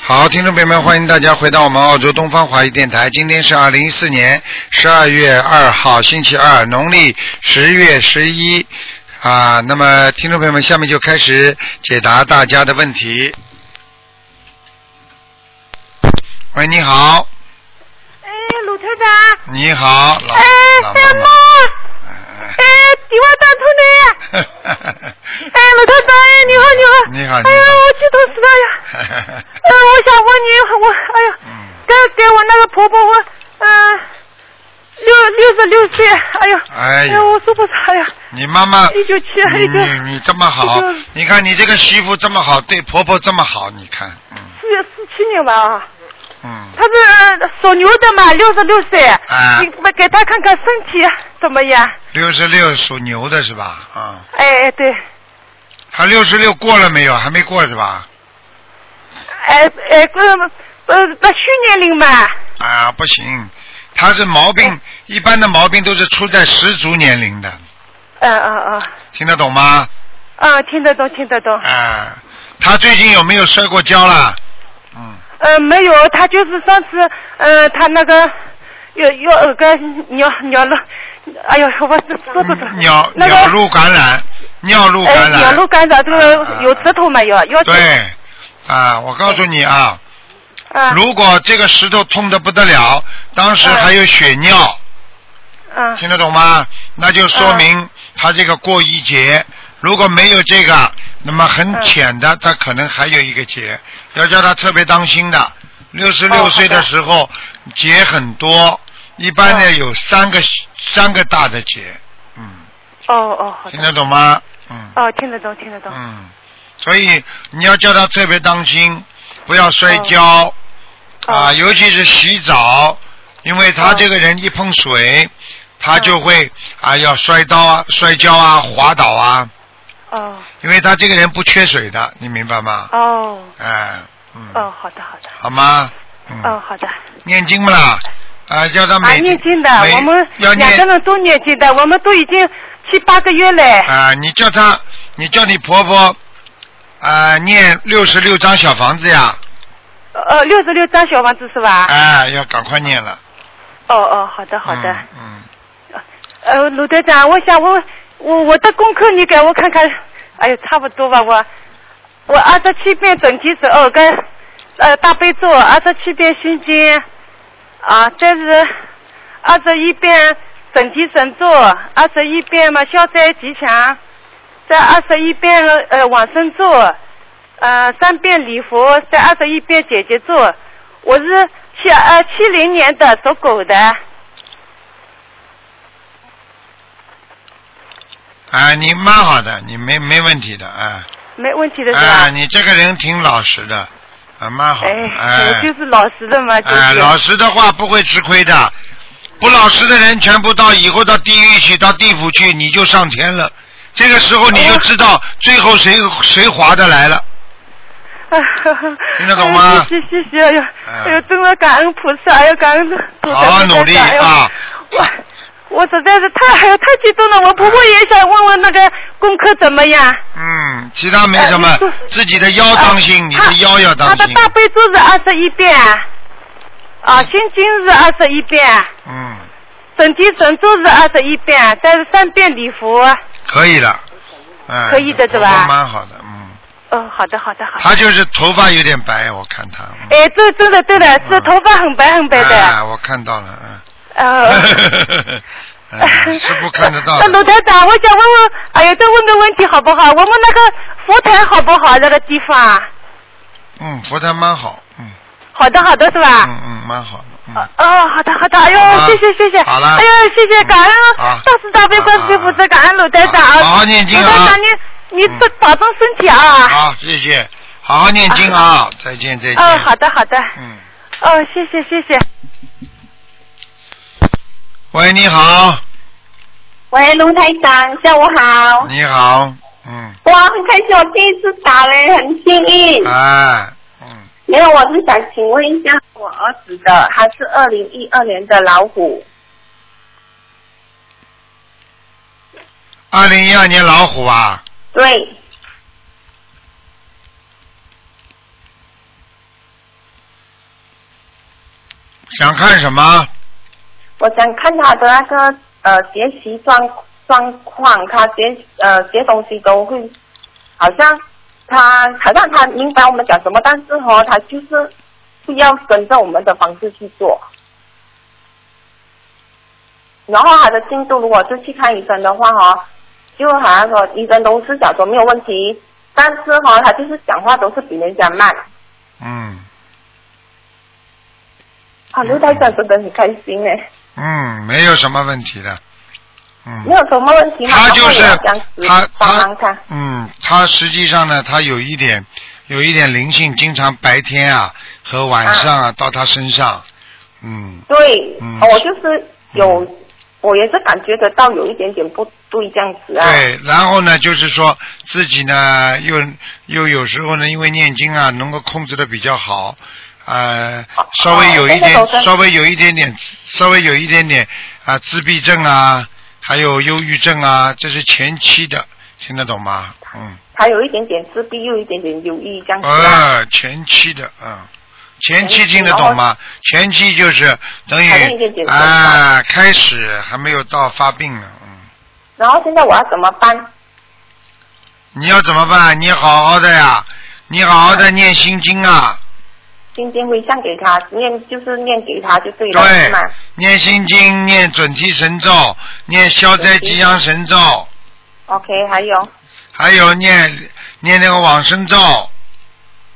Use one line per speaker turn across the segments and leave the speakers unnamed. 好，听众朋友们，欢迎大家回到我们澳洲东方华语电台。今天是二零一四年十二月二号，星期二，农历十月十一啊。那么，听众朋友们，下面就开始解答大家的问题。喂，你好，
哎，鲁台长，
你好，老
哎
老
哎
妈
妈
妈，，
哎，电话打通的，哎，鲁台长，哎，你好，你好，
你好你好
哎呀，我激动死了 呀，哎，我想问你，我，哎呀，
嗯
该给我那个婆婆，我，嗯、六六十六岁，哎呀，
哎呀
呀，我说不上，哎 呀，哎
你妈妈，
一九七，一九
你你这么好
一个，
你看你这个媳妇这么好，对婆婆这么好，你看，嗯
四月四七年吧啊。
嗯。
他是呃属牛的嘛，六十六岁。
啊
你们给他看看身体怎么样？
六十六属牛的是吧？啊、
哎哎对，
他六十六过了没有？还没过是吧？
哎哎个呃不虚年龄嘛。
啊，不行，他是毛病，一般的毛病都是出在十足年龄的，
嗯嗯嗯
听得懂吗？
嗯，听得懂听得懂。
啊，他最近有没有摔过跤啦？嗯，
呃没有，他就是上次呃他那个有有耳个鸟鸟了，哎呦我说不出来。
嗯尿
那
尿
个
路感染，尿路
哎
感染，
鸟路干扰这
啊
个有舌头嘛有要紧
对，啊，我告诉你啊，
啊
如果这个石头痛得不得了，当时还有血尿。
嗯
听得懂吗？那就说明他这个过一节，如果没有这个，那么很浅
嗯
的，他可能还有一个节，要叫他特别当心的。六十
哦好
六
的
岁的时候节很多，一般
嗯
的有三个三个大的节，嗯，
哦哦好
听
的
得懂吗？嗯
哦听得懂听得懂
嗯，所以你要叫他特别当心，不要摔
嗯
跤。啊，
哦
尤其是洗澡，因为他这个人一碰水，
哦
他就会啊要摔倒啊、摔跤啊、滑倒啊，
哦
因为他这个人不缺水的，你明白吗？
哦
哎，嗯，
哦好的好的。
好吗？嗯，
哦，好的。
念经不啦？啊，叫他
啊，
每
念经的，
每
我们
要
两个
念
人都念经的，我们都已经七八个月了。
啊，你叫他，你叫你婆婆啊念六十六张小房子呀，
呃，六十六张小房子是吧？
哎，要赶快念了。
哦哦，好的啊好的。
嗯，
呃，鲁队长，我想我我我的功课你给我看看，哎呦，差不多吧，我我二十七遍准提十二跟呃大悲咒，二十七遍心经，啊，再是二十一遍准提神咒，二十一遍嘛消灾吉祥，再二十一遍呃往生咒，呃三遍礼佛，再二十一遍姐姐咒，我是七呃七零年的属狗的。
啊，你蛮好的，你没没问题的，啊。
没问题的是吧？
哎，你这个人挺老实的，啊，蛮好的。
啊哎，
哎，
我就是老实的嘛，啊就是。
哎， 老实的话不会吃亏的，不老实的人全部到以后到地狱去，到地府去，你就上天了。这个时候你就知
哦
道最后谁谁划得来了。听得懂吗
哎谢谢谢谢，哎呦
哎
哎呦，真的感恩菩萨，哎呦感恩菩萨。
好好努力
哎呦
啊！
我我实在是太哎呦太激动了，我婆婆也想问问那个功课怎么样。
嗯，其他没什么
哎你说，
自己的腰当心，你
啊
的腰要当
她的
心。
大悲咒是二十一遍，啊，心经是二十一遍，
嗯，
整体神咒是二十一遍，但是三遍礼佛。
可以了。哎，
可以的是吧
头发蛮好的，嗯，
哦，好的好的好的。
他就是头发有点白，我看他。嗯
哎，这真的对的，是头发很白很白的。
哎，我看到了，嗯。
呃。
嗯是不看得 到的
那鲁。呃台长，我想问问，哎呀，再问个问题好不好？我们那个佛台好不好？那个地方啊，
嗯，佛台蛮好，嗯
好的，好的，是吧？
嗯嗯，蛮好的，嗯。
哦，好的，好的，哎
好吧
呦，谢谢，谢谢，
好了嗯
哎呦，谢谢，感恩
好
大慈大悲观世音菩萨，感恩鲁台长啊，
好好念经啊
鲁台长，你你
嗯
保保重身体啊。
好，谢谢，好好念经啊，再见再见。
哦，好的，好的，
嗯，
哦，谢谢，谢谢。
喂，你好，
喂，卢台长，下午好。
你好，嗯，
哇，很开心，我第一次打嘞，很幸运。
哎，嗯，
没有，我是想请问一下我儿子的，他是二零一二年的老虎。
二零一二年老虎啊，
对，
想看什么？
我想看他的那个呃学习状状况，他学呃学东西都会，好像他好像他明白我们讲什么，但是哦，他就是不要跟着我们的方式去做。然后他的进度，如果是去看医生的话哦，就好像说医生都是讲说没有问题，但是哦，他就是讲话都是比人家慢。
嗯
啊，刘台长真的很开心哎，
嗯，没有什么问题的。嗯。
没有什么问题嘛。
他就是
然后我也这样
他
子帮
他
忙他。
嗯，他实际上呢，他有一点有一点灵性，经常白天啊和晚上啊到他身上，嗯
对，
嗯
我就是有，我也是感觉得到有一点点不对这样子啊。
对，然后呢就是说自己呢又又有时候呢因为念经啊能够控制的比较好。呃，稍微有一点
哦那个时候，真
稍微有一点点，稍微有一点点啊，自闭症啊，还有忧郁症啊，这是前期的，听得懂吗？嗯。
还有一点点自闭，又有一点点忧郁这样子啊。
呃，前期的，嗯，前期听得懂吗？前期就是等
还没有
于
检测
啊，开始还没有到发病呢，嗯，
然后现在我要怎么办？
你要怎么
嗯
办？你好好的呀，你好好的念心经啊，
今天回向给他念，就是念给他就对了，
对
是吗？，
念心经，念准提神咒，念消灾吉祥神咒，
OK，还有
还有念念那个往生咒，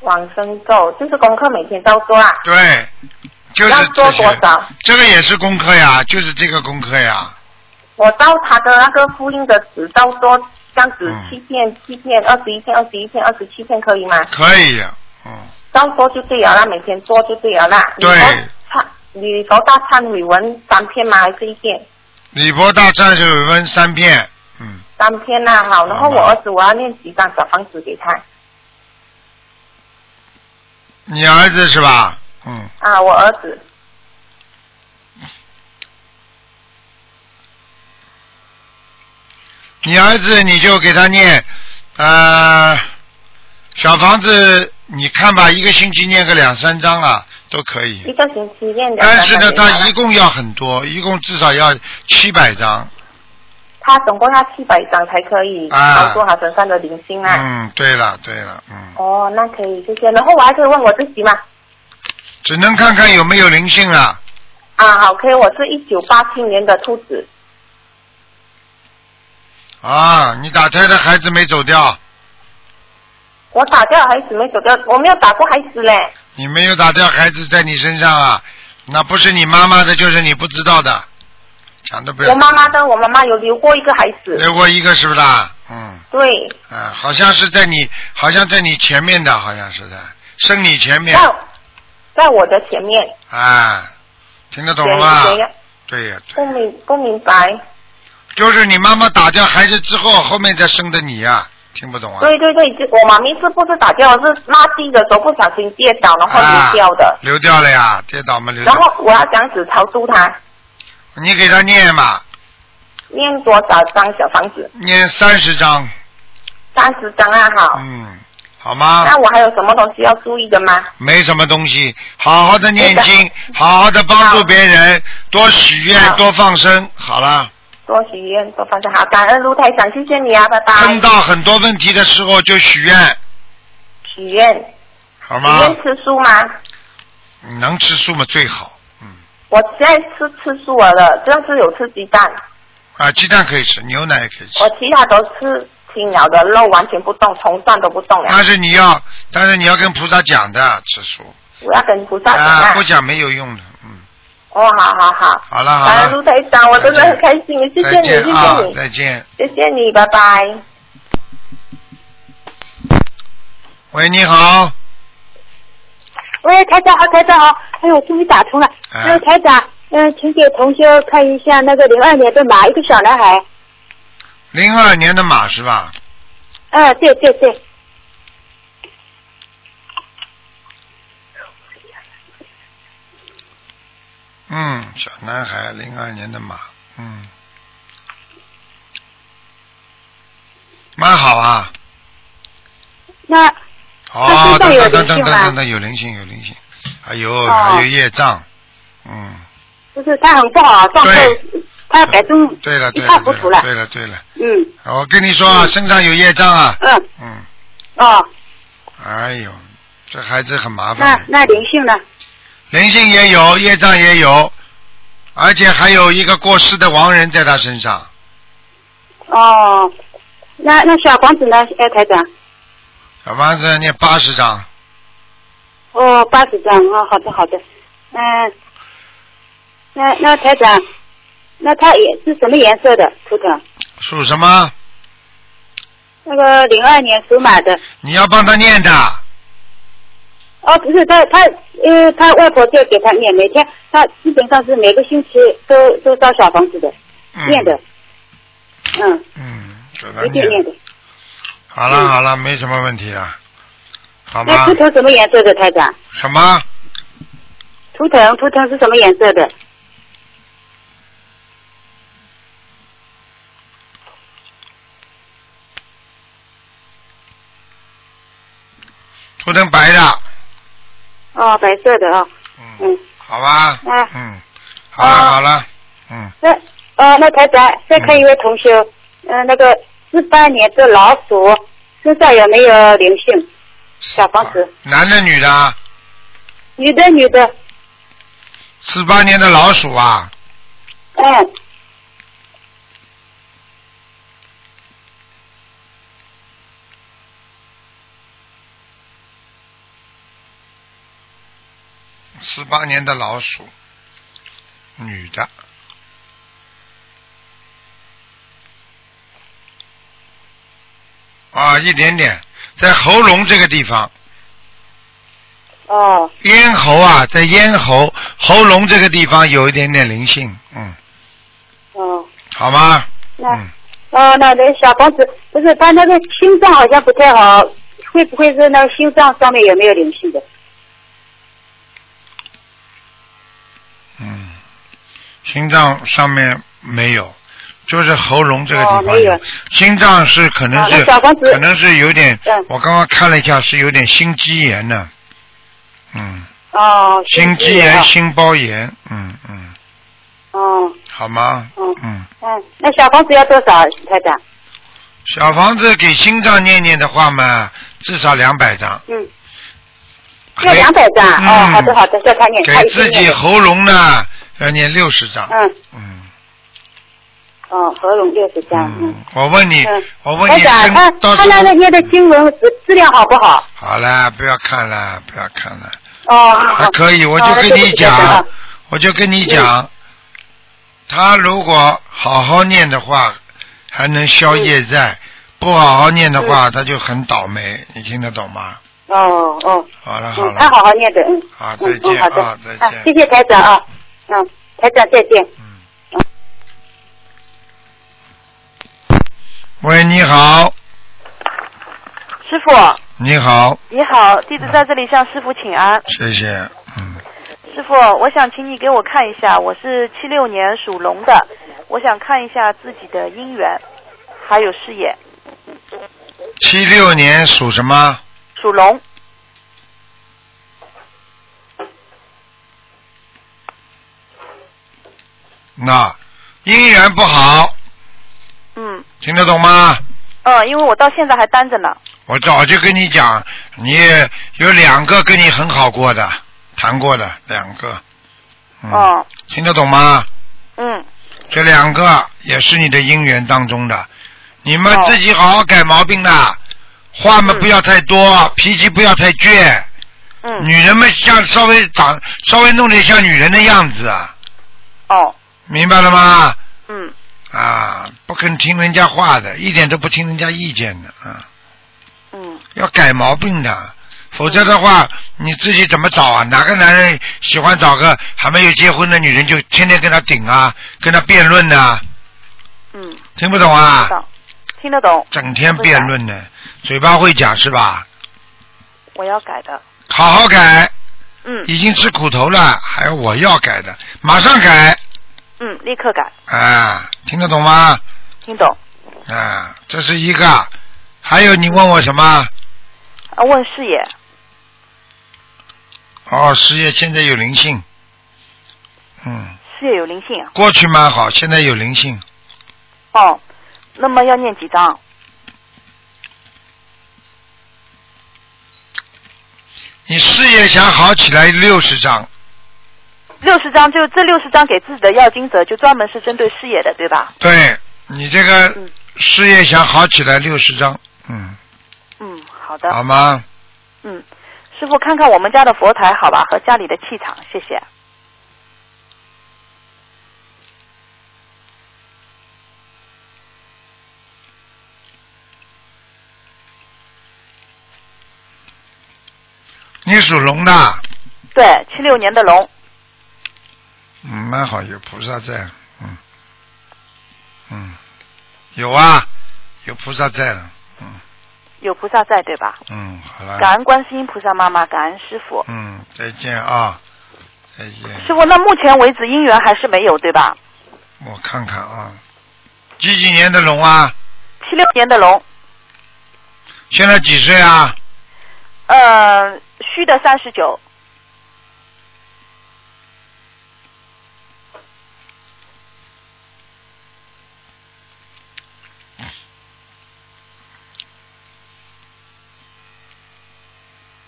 往生咒，就是功课每天都做啊。
对，就是
要
这
做多
些，
少？
这个也是功课呀，就是这个功课呀，
我照他的那个复印的纸照做，这样子
嗯
七片、七片、二十一片、二十一片、二十七片可以吗？
可以呀，嗯。
照做就对了啦，每天做就对了啦。
对
礼佛忏礼佛大忏悔文三篇吗？还是一篇？
李博大战士分三片，嗯，
三篇啦、好。然后
好
我儿子我要念几张小房子给他
你儿子是吧？嗯，
啊，我儿子
你儿子你就给他念，呃，小房子你看吧，一个星期念个两三章啊，都可
一
以。
个星期念两
但是呢，
张给
他
啦
一共要很多，一共至少要七百张。
他总共要七百张才可以
啊
操作他身上的灵性啊。
嗯，对了对了，嗯，
哦，那可以，谢谢。然后我还可以问我自己吗？
只能看看有没有灵性了。
啊，好，可以。我是一九八七年的兔子，
啊，你打胎的孩子没走掉，
我打掉孩子没走掉，我没有打过孩子嘞。
你没有打掉孩子在你身上啊，那不是你妈妈的，就是你不知道的，讲的不要。
我妈妈的，我妈妈有留过一个孩子，
留过一个是不是啦？嗯，
对。
啊，好像是在你，好像在你前面的，好像是的，生你前面
在在我的前面，
啊，听得懂了
谁谁
吗
呀？
对呀、
不明不明白？
就是你妈妈打掉孩子之后，后面再生的你呀、听不懂啊？
对对对，就我妈咪是不是打掉？是抹地的时候不小心跌倒，然后
啊
流掉的。
流掉了呀，跌倒嘛，流
然
掉。
后我要这样子超度她，
你给他念嘛，
念多少张小房子？
念三十章，
三十张啊，好。
嗯，好吗？
那我还有什么东西要注意的吗？
没什么东西，好好的念经
对，
好好的帮助别人，多许愿，
好
多放生，好了。
多许愿，多放下好，感恩卢台长，谢谢你啊，拜拜。
碰到很多问题的时候就许愿，
许愿，许
好吗？
愿吃素吗？嗯
能吃素嘛最好，嗯，
我现在吃吃素了的，这样是有吃鸡蛋，
啊，鸡蛋可以吃，牛奶也可以吃
我，其他都吃青鸟的肉，完全不动，虫蒜都不动了。
但啊是你要，但是你要跟菩萨讲的吃素，
我要跟菩萨讲
啊，
啊
不。讲没有用的，嗯，
哦，好好好。
好了
感
好
恩
了
卢，台长，我真的
再见
很开心，谢谢
再
你，谢谢
见啊，
你，
再见。
谢谢你，拜拜。
喂，你好，
喂，台长好，
啊
台长好，哎呦，我终于打通了。
哎
那个台长，嗯、请给同学看一下那个零二年的马，一个小男孩。
零二年的马是吧？
嗯、对对对，
嗯，小男孩，零二年的马，嗯，蛮好啊。
那
哦，
那身上有
等等
灵性
等等
吗
哎等等，有灵性有灵性，还有
哦
还有业障，嗯，
就是他很不好，上
对嗯
次他要改正，
对了，对
一
了
塌，糊
对
涂
了，
了。
对了，对了，
嗯
我跟你说啊，身上有业障啊，
嗯
嗯，
哦，
哎呦，这孩子很麻
那
烦的，
那灵性呢？
灵性也有，业障也有，而且还有一个过世的亡人在他身上，
哦，那那小房子呢？哎，台长，
小房子念八十张，
哦，八十张哦，好的好的，嗯、那那台长，那他也是什么颜色的图腾？
属什么？
那个零二年属马的，
你要帮他念的，
哦，不是他他，因为他外婆就给他念，每天他基本上是每个星期都都烧小房子的，
嗯
念的，嗯，
嗯，给他
随便念的。嗯
好了好了，没什么问题了，好
那
吗
图？腾什么颜色的，台长？
什么？
图腾图腾是什么颜色的？
涂成白的，
哦，白色的哦，
嗯，
嗯，
好吧
嗯，
嗯，好了
啊
好了，嗯，
那哦，那台长再看一位同学，嗯、那个四八年的老鼠身上有没有灵性？小房子，
男的女的啊？
女的女的，
四八年的老鼠啊，
嗯，
四八年的老鼠，女的，啊，一点点，在喉咙这个地方，
哦
咽喉啊，在咽喉、喉咙这个地方有一点点灵性，嗯，
哦，
好吗？
那、
嗯，
哦那那小房子不是他那个心脏好像不太好，会不会是那个心脏上面有没有灵性的？
嗯，心脏上面没有，就是喉咙这个地
哦
方
没有
心脏是可能
啊
是、
那小房子
可能是有点
嗯，
我刚刚看了一下是有点心肌炎呢，嗯，
哦，
心肌
炎
炎、
啊，
心包炎，嗯嗯，
哦
好吗？
嗯
嗯，
嗯，那小房子要多少，台长？
小房子给心脏念念的话嘛，至少两百张，
嗯，要两百张啊。哦，
嗯
好的好的，叫他念，
给
他一定
自己
念的
喉咙呢要念六十张，
嗯，
嗯。
哦，合拢六十张，嗯。
嗯，我问你
嗯，
我问
台
你，
长，
跟
他
到
他
时
那
候
个念的经文质质量好不好？
好了，不要看了，不要看了，
哦，
还啊可以，我就
好的
跟
对不
你
起台
讲
长，
我就跟你讲，他如果好好念的话，还能消业债；不好好念的话，他就很倒霉。你听得懂吗？
哦哦，
好了啊好
嗯，他好
了，
好念的，嗯，
好再
嗯
见
嗯，好的，
啊
啊
再，见
谢谢台长啊，嗯，台长再见。
嗯喂，你好，
师傅
你好，
你好，弟子在这里向师傅请安。
谢谢，嗯，
师傅，我想请你给我看一下，我是七六年属龙的，我想看一下自己的姻缘，还有事业。
七六年属什么？
属龙，
那姻缘不好，
嗯
听得懂吗？
嗯，因为我到现在还单着呢。
我早就跟你讲，你有两个跟你很好过的，谈过的两个，嗯，
嗯
听得懂吗？
嗯，
这两个也是你的姻缘当中的，你们
哦
自己好好改毛病啦，话嘛
嗯
不要太多，脾气不要太倔，
嗯，
女人们像稍微长，稍微弄点像女人的样子，啊
哦，
明白了吗？
嗯，
啊，不肯听人家话的，一点都不听人家意见的啊。
嗯，
要改毛病的，否则的话，你自己怎么找啊？哪个男人喜欢找个还没有结婚的女人，就天天跟他顶啊，跟他辩论呐、
嗯，
听不懂
听得
啊？
懂，听得懂，
整天辩论呢，嘴巴会讲是吧？
我要改的。
好好改，
嗯
已经吃苦头了，还有我要改的，马上改
嗯，立刻改，
啊！听得懂吗？
听懂。
啊，这是一个。还有你问我什么？
啊，问事业，
哦，事业现在有灵性，嗯，
是有灵性啊
过去蛮好，现在有灵性，
哦。那么要念几张？
你事业想好起来六十张，
六十张，就这六十张给自己的要经者，就专门是针对事业的，对吧？
对你这个
嗯
事业想好起来六十张，嗯，
嗯，好的。
好吗？
嗯，师傅看看我们家的佛台好吧，和家里的气场，谢谢。
你属龙的，
对，七六年的龙，
嗯，蛮好，有菩萨在，嗯，嗯，有啊，有菩萨在了，嗯
有菩萨在对吧？
嗯，好
感
了，
恩观世音菩萨妈妈，感恩师傅。
嗯，再见啊，再见。
师傅，那目前为止姻缘还是没有对吧？
我看看啊，几几年的龙啊？
七六年的龙，
现在几岁啊？
呃，虚的三十九，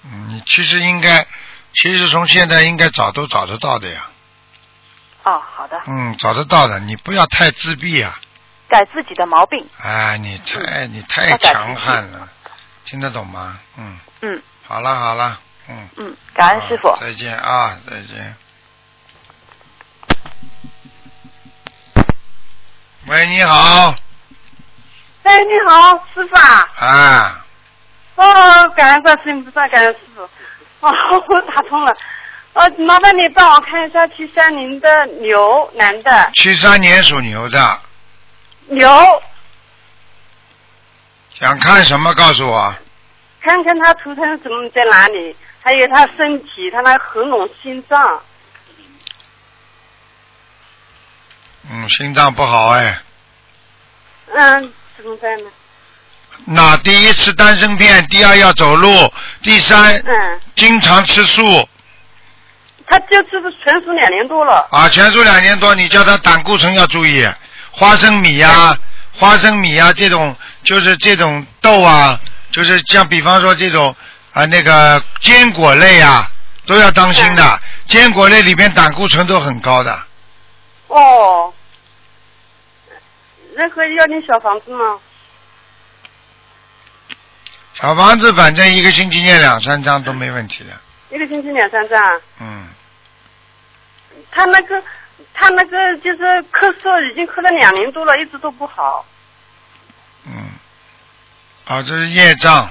嗯，你其实应该，其实从现在应该找都找得到的呀。
哦，好的，
嗯，找得到的，你不要太自闭啊！
改自己的毛病，
哎，你
嗯
太你太强悍了，听得懂吗？嗯，
嗯
好了好了，嗯，
嗯，感恩师傅
好。再见啊，再见。喂，你好，
哎，你好，师傅啊！
啊，
哦，感恩观世音菩萨，感恩师傅。哦， 我打通了。呃，麻烦你帮我看一下七三零的牛，男的
七三年属牛的，
牛，
想看什么？告诉我。
看看他图腾什么在哪里，还有他身体，他那喉咙、心脏。
嗯，心脏不好哎。
嗯，怎么办呢？
那第一吃丹参片，第二要走路，第三
嗯，
经常吃素
他就是不是成熟两年多了。
啊。全素两年多，你叫他胆固醇要注意，花生米呀、花生米呀、这种就是这种豆啊，就是像比方说这种啊那个坚果类啊，都要当心的。坚果类里边胆固醇都很高的，
哦，那个要你小房子吗？
小房子反正一个星期念两三张都没问题的，
一个星期两三张啊。
嗯。
他那个，他那个就是咳嗽，已经咳了两年多了，一直都不好。
嗯，啊，这是业障，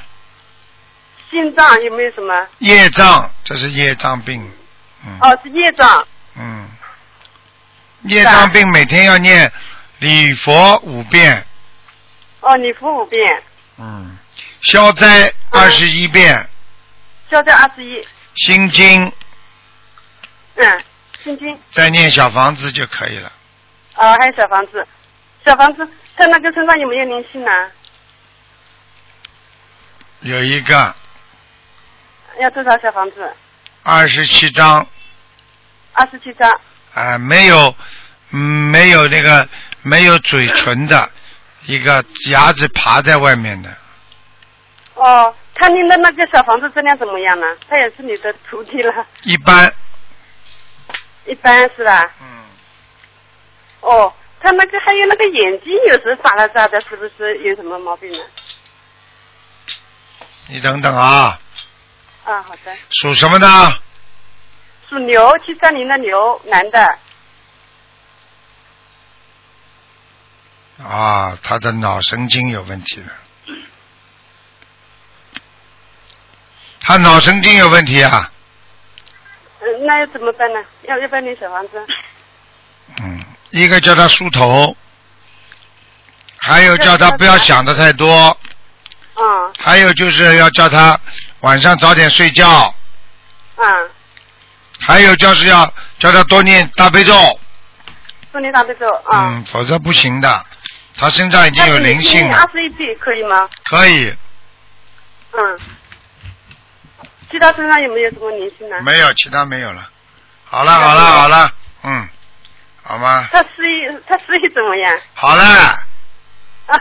心脏有没有什么？
业障，这是业障病。嗯、
哦，是业障。
嗯，业障病每天要念礼佛五遍，
哦，你服五遍，
嗯，消灾二十一遍，
消灾二十一，
心经
嗯，心经，
再念小房子就可以了。
啊、还有小房子，小房子，他那个身上有没有灵性啊呢、
有一个
要多少小房子？
二十七章，
二十七张。
啊、没有，嗯，没有那个没有嘴唇的，一个牙齿爬在外面的，
哦，他您的那个小房子质量怎么样呢？他也是你的徒弟了，
一般，
一般是吧？
嗯。
哦，他那个还有那个眼睛有时候眨了眨的，是不是有什么毛病呢？
你等等啊，
啊，好的。
属什么呢？
属牛，七三零的牛，男的。
啊，他的脑神经有问题了。他脑神经有问题啊，
嗯，那要怎么办呢？要要不要领小 房子？
嗯，一个叫他梳头，还有叫他不要想的太多，
嗯
还有就是要叫他晚上早点睡觉，
嗯，
还有就是要叫他多念大悲咒，
祝你大悲咒啊。
嗯，否则不行的。他身上已经
那啊
有
是你
灵性啊
二
了，
十一遍可以吗？
可以，
嗯。其他身上有没有什么灵性呢？
没有其他没有了。好了好了好了，嗯，好吗？
他视力他视力怎么样？
好了，
啊，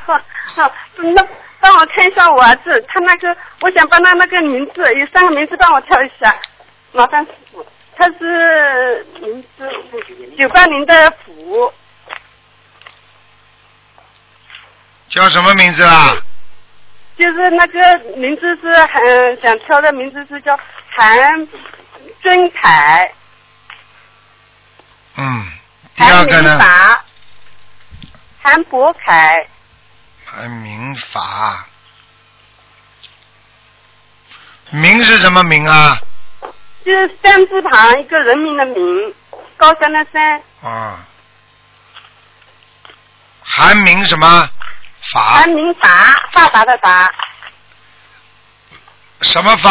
好，那帮我看一下我儿子，他那个我想帮他那个名字有三个名字，帮我挑一下，麻烦师傅。他是名字九八年的虎，
叫什么名字啊啦？
就是那个名字是很想挑的名字是叫韩尊凯，
嗯，第二
韩
个
明
呢？
法，韩博凯，
还民法。民是什么民啊？
就是三字旁一个人民的民，高山的山，
啊，韩民什么法
韩？明法，发达的达。
什么法？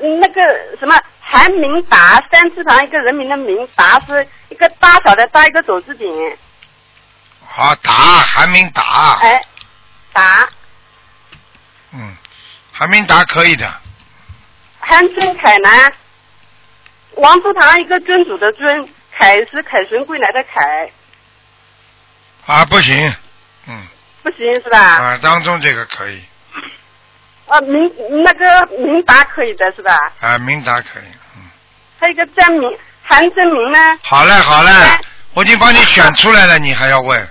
呃那个什么韩明达，三字旁一个人民的明，达是一个大小的大，一个走字边，
啊，达韩民达，
哎，达
嗯，韩民达可以的，
韩尊凯呢，王字旁一个尊主的尊，凯是凯旋归来的凯，
啊不行，嗯，
不行是吧？
啊当中这个可以，
啊，明那个明达可以的是吧？
啊民达可以，嗯，
还有一个真明，韩真明呢？
好嘞好嘞
哎，
我已经帮你选出来了，你还要问，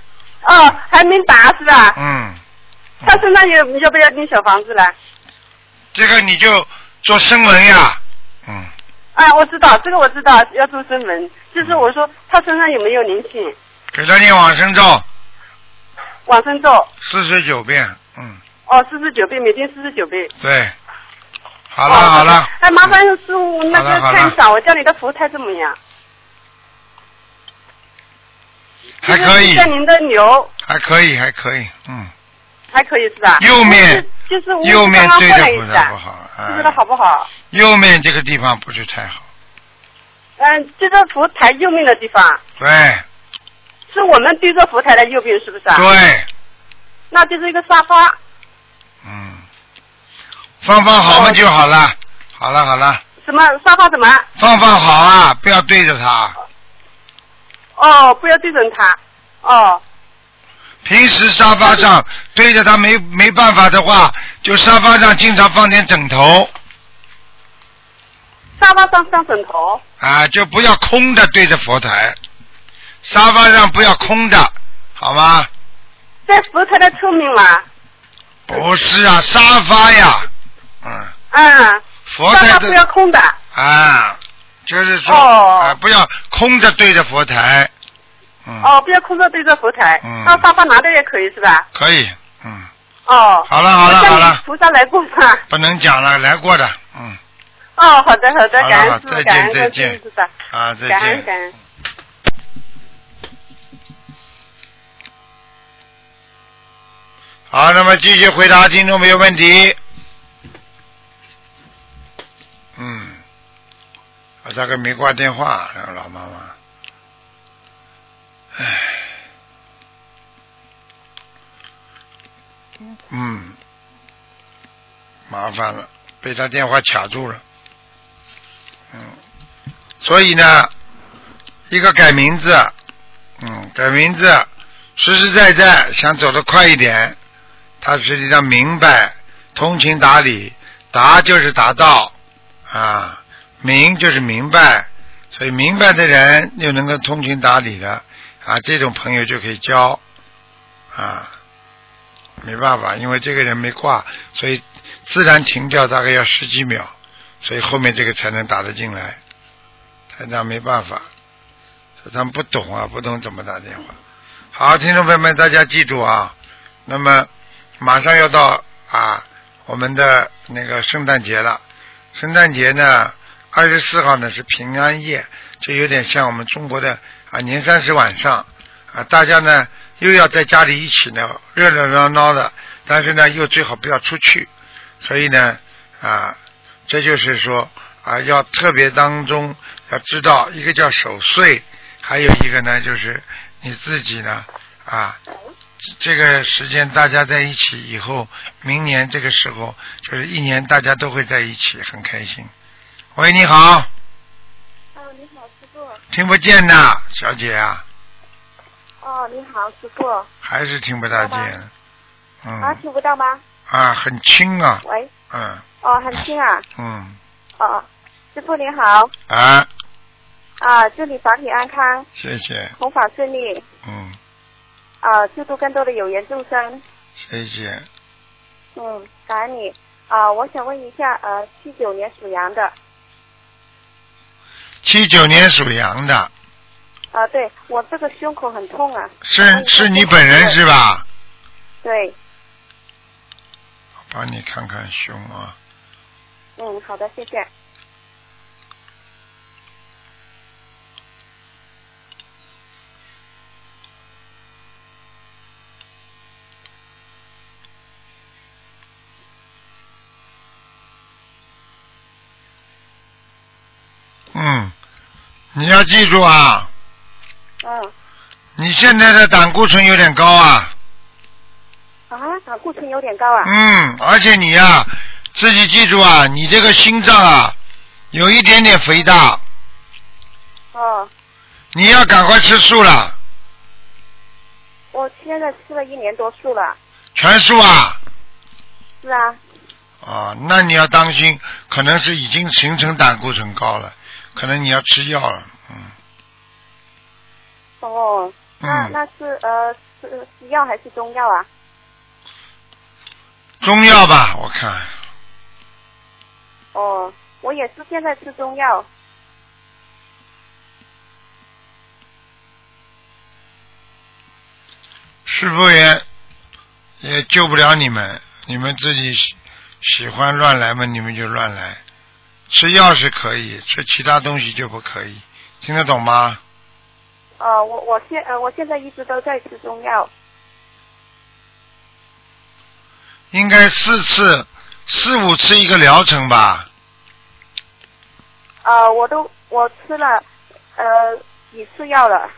哦，韩明达是吧？
嗯，
他身上有要不要订小房子了？
这个你就做声纹呀，嗯，
啊，我知道这个我知道要做声纹，就是我说他身上有没有灵性？
给他念往生咒
往生咒，
四十九遍，嗯，
哦，四十九遍，每天四十九遍。
对，好
好
了好了，
哎，麻烦师傅那
好了
个
好了
看一下我家里的佛台怎么样？
还可
就是
以
像您的牛
还可以还可以，嗯。
还可以是吧？
右面
就是就是我
右面
刚刚
对
过来
着
一
菩萨
下
不，好，
不知道
哎
好不好？
右面这个地方不是太好，
嗯，这个佛台右面的地方
对
是我们对着佛台的右边，是不是啊？
对，
那就是一个沙发，
嗯，放放好嘛就好了，好了好了，
什么沙发怎么？
放放好啊，不要对着它。
哦，不要对准它。哦，
平时沙发上对着它没没办法的话，就沙发上经常放点枕头
沙发上上枕头。
啊，就不要空的对着佛台，沙发上不要空的，好吗？
在佛台的侧面嘛，
不是啊，沙发呀，嗯，
嗯，
佛
沙
台
发
的
不要空的，
啊，就是说、
哦
啊，不要空着对着佛台，嗯，
哦，不要空着对着佛台，
嗯
那沙发拿着也可以是吧？
可以，嗯，
哦，
好了好了
我向
好了
菩萨 来过吧？
不能讲了，来过的，嗯，
哦，好的好的，
好了
感恩
好
师
再
傅，
见
感恩
再
观世
见
音菩萨，
啊，再
感恩
见。
感恩。
好，那么继续回答听众朋友问题。嗯，我大概没挂电话，那个老妈妈。唉，嗯，麻烦了，被他电话卡住了。嗯，所以呢，一个改名字，嗯，改名字，实实在在想走得快一点，他实际上明白，通情达理，达就是达到，啊，明就是明白，所以明白的人又能够通情达理的，啊，这种朋友就可以交，啊，没办法，因为这个人没挂，所以自然停掉大概要十几秒，所以后面这个才能打得进来，台长没办法，他们不懂啊，不懂怎么打电话。好，听众朋友们，大家记住啊，那么马上要到啊我们的那个圣诞节了。圣诞节呢，二十四号呢是平安夜，这有点像我们中国的啊年三十晚上啊，大家呢又要在家里一起呢热热闹闹的，但是呢又最好不要出去，所以呢啊，这就是说啊要特别当中要知道一个叫守岁，还有一个呢就是你自己呢啊这个时间大家在一起以后，明年这个时候就是一年大家都会在一起，很开心。喂，你好，
哦，你好，师傅。
听不见呐，小姐啊，
哦，你好，师傅。
还是听不大见。
啊，
嗯
听不到吗？
啊，很轻啊，
喂，
嗯
哦，很轻啊。
嗯
哦，师傅你好，
啊，
啊，祝你法体安康，
谢谢，
弘法顺利，
嗯
啊，救度更多的有缘众生。
谢谢，
嗯，感恩你。啊，我想问一下，呃，七九年属羊的，
七九年属羊的，
啊，对我这个胸口很痛啊。
是是你本人是吧？
对，
我帮你看看胸啊，
嗯，好的，谢谢。
嗯，你要记住啊，
嗯，
你现在的胆固醇有点高啊，
啊，胆固醇有点高啊。
嗯，而且你呀、自己记住啊，你这个心脏啊，有一点点肥大，
哦，
你要赶快吃素了，
我现在吃了一年多素了。
全素啊。
是啊，
啊，那你要当心，可能是已经形成胆固醇高了，可能你要吃药了。嗯，
哦，那
嗯
那是呃是西药还是中药啊？
中药吧，我看
哦，我也是现在吃中药。
师傅也也救不了你们，你们自己喜喜欢乱来嘛，你们就乱来。吃药是可以，吃其他东西就不可以，听得懂吗？
呃，我我现呃我现在一直都在吃中药。
应该四次、四五次一个疗程
哦
吧。
呃，我都我吃了呃几次药了。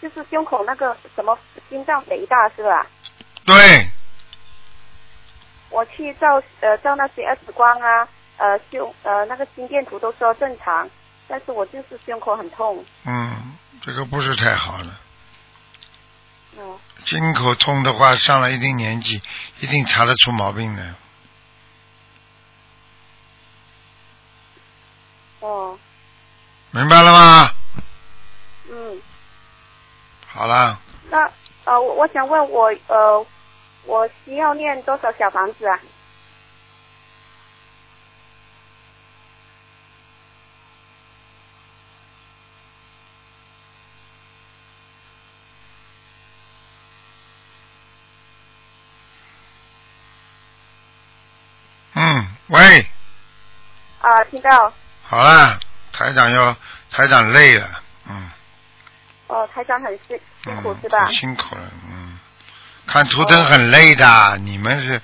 就是胸口那个什么心脏肥大是吧？
对，
我去照呃照那些 X 光啊，呃胸呃那个心电图都说正常，但是我就是胸口很痛。
嗯，这个不是太好了。
嗯，
心口痛的话，上了一定年纪，一定查得出毛病的。
哦，
明白了吗？
嗯。
好啦，
那呃，我我想问我呃，我需要念多少小房子啊？
嗯，喂，
啊、听到
好啦，台长要台长累了，嗯，
哦，台长很辛辛苦
嗯
是吧？
辛苦了，嗯，看图腾很累的，你们是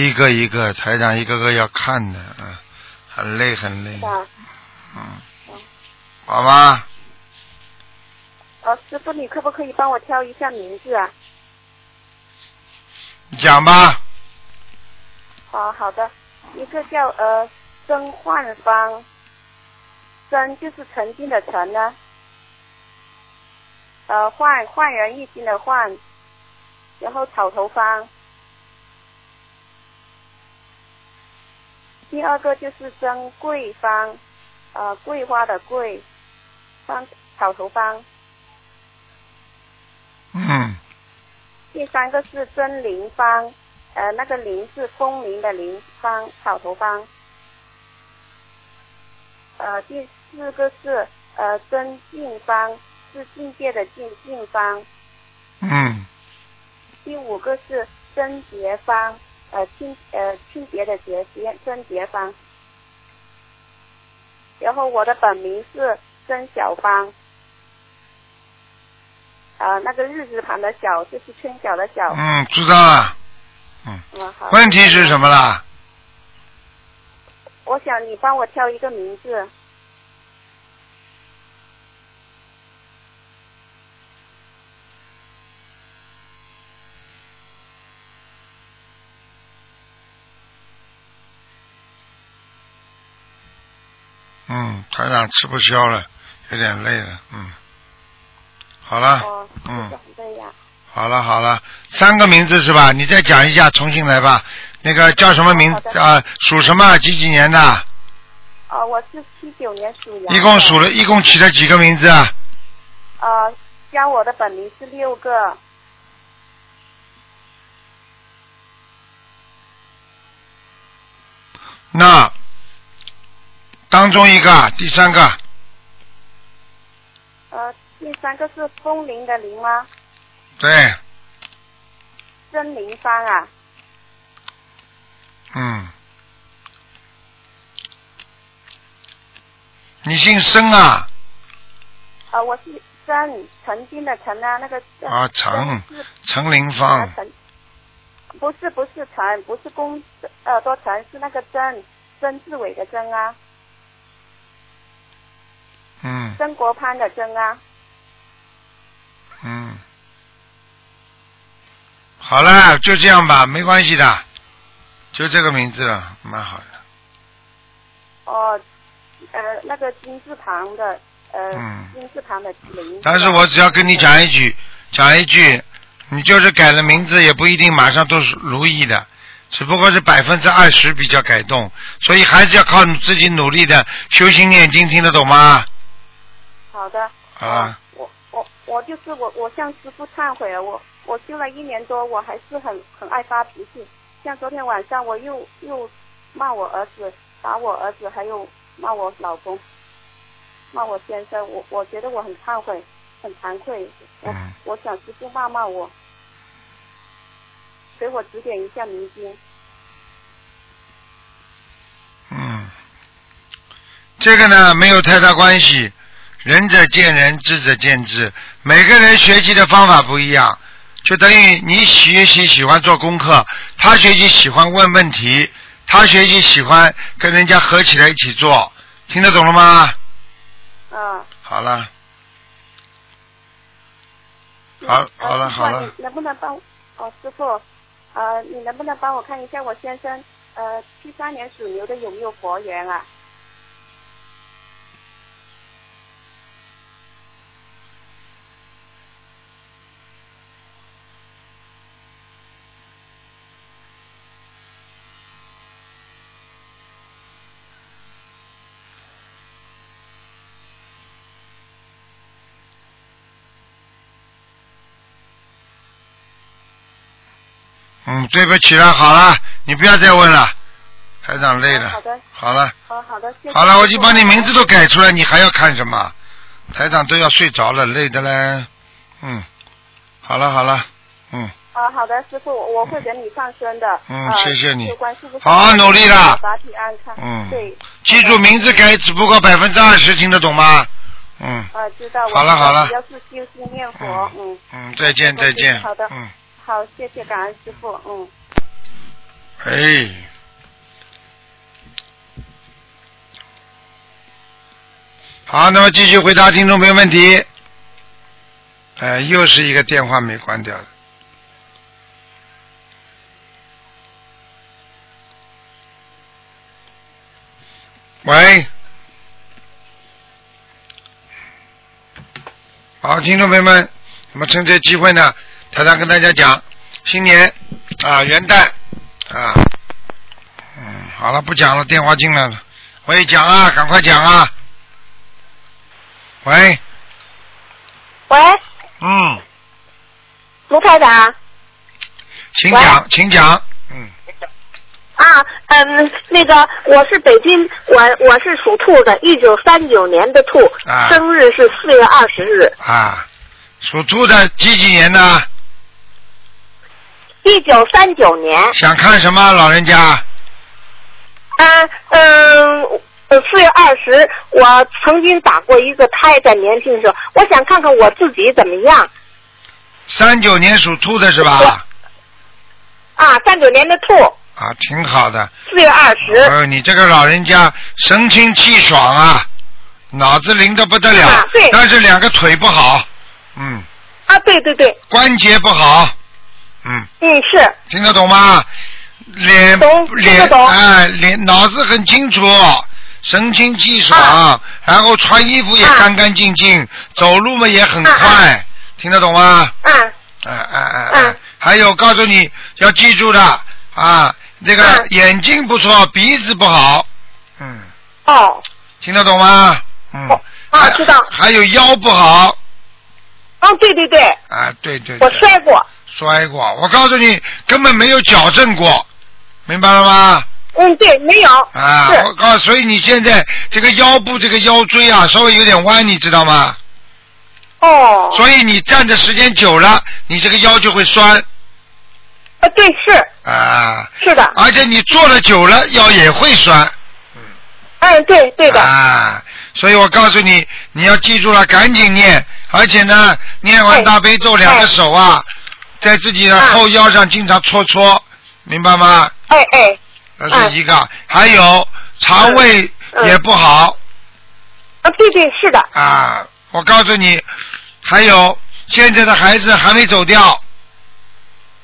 一个一个台长一个个要看的，嗯，很累很累
是，啊吧？
嗯，好吧，
呃，师傅，你可不可以帮我挑一下名字啊？
你讲吧，
哦，好的，一个叫呃曾焕芳，曾就是曾经的曾呢，呃焕焕然一新的焕，然后草头芳。第二个就是曾桂芳，呃桂花的桂，芳草头芳。
嗯，
第三个是曾林芳，呃那个林是风铃的铃，芳草头芳。呃，第四个是呃真静方，是境界的境静方。
嗯，
第五个是真洁方，呃清呃清洁的洁洁真洁方。然后我的本名是曾小芳，呃那个日字旁的小就是春晓的晓。
嗯，知道了。
嗯，好。
问题是什么啦？
我想你帮我挑一个名字，
嗯，台长吃不消了，有点累了，嗯。好了，
哦，
嗯
是很累呀、
好了好了，三个名字是吧？你再讲一下，重新来吧。那个叫什么名
好的
啊、属什么？几几年的？
哦，我是七九年属羊的。
一共数了，一共起了几个名字啊？
呃，加我的本名是六个，
那当中一个，第三个
呃，第三个是风铃的铃吗？
对，
真铃芳啊，
嗯。你姓申啊？
呃，我是真曾经的曾啊，那个
啊曾嗯
是
陈林
啊
芳，
曾，不是不是曾，不是公呃多曾，是那个曾，曾志伟的曾啊，
嗯
曾国藩的曾啊，
嗯。好了，就这样吧，没关系的，就这个名字了，蛮好的。
哦，呃，那个金字旁的呃、
嗯
金字旁的林，
但是我只要跟你讲一句，讲一句，你就是改了名字，也不一定马上都是如意的，只不过是百分之二十比较改动，所以还是要靠你自己努力的修心念经，听得懂吗？啊
好的。
好了，
我我我就是我，我向师傅忏悔了。我我修了一年多，我还是很很爱发脾气。像昨天晚上，我又又骂我儿子，打我儿子，还有骂我老公，骂我先生。我我觉得我很忏悔，很惭愧。我、
嗯
我想师傅骂骂我，给我指点一下明经。
嗯，这个呢没有太大关系，仁者见仁，智者见智，每个人学习的方法不一样，就等于你学习喜欢做功课，他学习喜欢问问题，他学习喜欢跟人家合起来一起做，听得懂了吗？
啊、
好了，
嗯，
好
呃
好了
师
好了
傅啊你能不能帮我哦，师傅，呃，你能不能帮我看一下我先生，呃，七三年属牛的有没有佛缘啊？
嗯，对不起了，好了，你不要再问了，台长累
好
了，
的，
好了。
好好的，谢谢。
好了，我已经把你名字
师
都改出来，你还要看什么？台长都要睡着了，累的嘞。嗯，好了好了，嗯，
傅。啊，好的，师傅，我我会给你上升的。
嗯
呃
谢谢你
求观世音菩萨
好好努力啦
法体安康。
嗯
对。
记住名字改只不过百分之二十，听得懂吗？嗯
啊，知道。我
好了好了
只要是修心念佛
嗯，
嗯，
嗯，再见再见。
好的
嗯，
好，谢谢感恩师傅，嗯。
哎。好，那么继续回答听众朋友问题。哎，又是一个电话没关掉的。喂，好，听众朋友们，那么趁这机会呢，台长跟大家讲，新年啊，元旦啊，嗯，好了，不讲了，电话进来了，喂，讲啊，赶快讲啊，喂，
喂，
嗯，
卢台长
请
喂
讲，请讲，嗯，
啊，嗯，那个我是北京，我我是属兔的，一九三九年的兔，
啊
生日是四月二十日，
啊，属兔的几几年的？
一九三九年，
想看什么，老人家？
啊，嗯。呃，四月二十，我曾经打过一个胎，在年轻的时候，我想看看我自己怎么样
三九年属兔的是吧？
啊。三九年的兔，
啊，挺好的。
四月二十，
哎呦，你这个老人家神清气爽啊，脑子灵的不得了
啊对，
但是两个腿不好，嗯，
啊，对对对，
关节不好，嗯。
嗯是，
听得懂吗？脸
懂听
脸
得懂
哎，脸脑子很清楚，神清气爽，
啊
然后穿衣服也干干净净，走路嘛也很
啊
快，听得懂吗？
嗯
哎哎哎
啊
哎，还有告诉你要记住的啊，这
嗯
个眼睛不错，鼻子不好，嗯，
哦
听得懂吗？嗯，
啊，知道。
还有腰不好
哦，对对对，
啊，对对对
我，摔过。
摔过，我告诉你根本没有矫正过，明白了吗？
嗯，对，没有。
啊，
是
我告诉，所以你现在这个腰部这个腰椎啊，稍微有点弯，你知道吗？
哦，
所以你站的时间久了，你这个腰就会酸
啊，对，是
啊，
是的，
而且你坐的久了，腰也会酸
嗯，对对的，
啊。所以我告诉你，你要记住了，赶紧念，而且呢，念完大悲咒，两个手啊，在自己的
嗯
后腰上经常搓搓，明白吗？
哎哎，
这是一个，还有肠
嗯
胃也不好
啊，对对是的，
啊。我告诉你，还有现在的孩子还没走掉，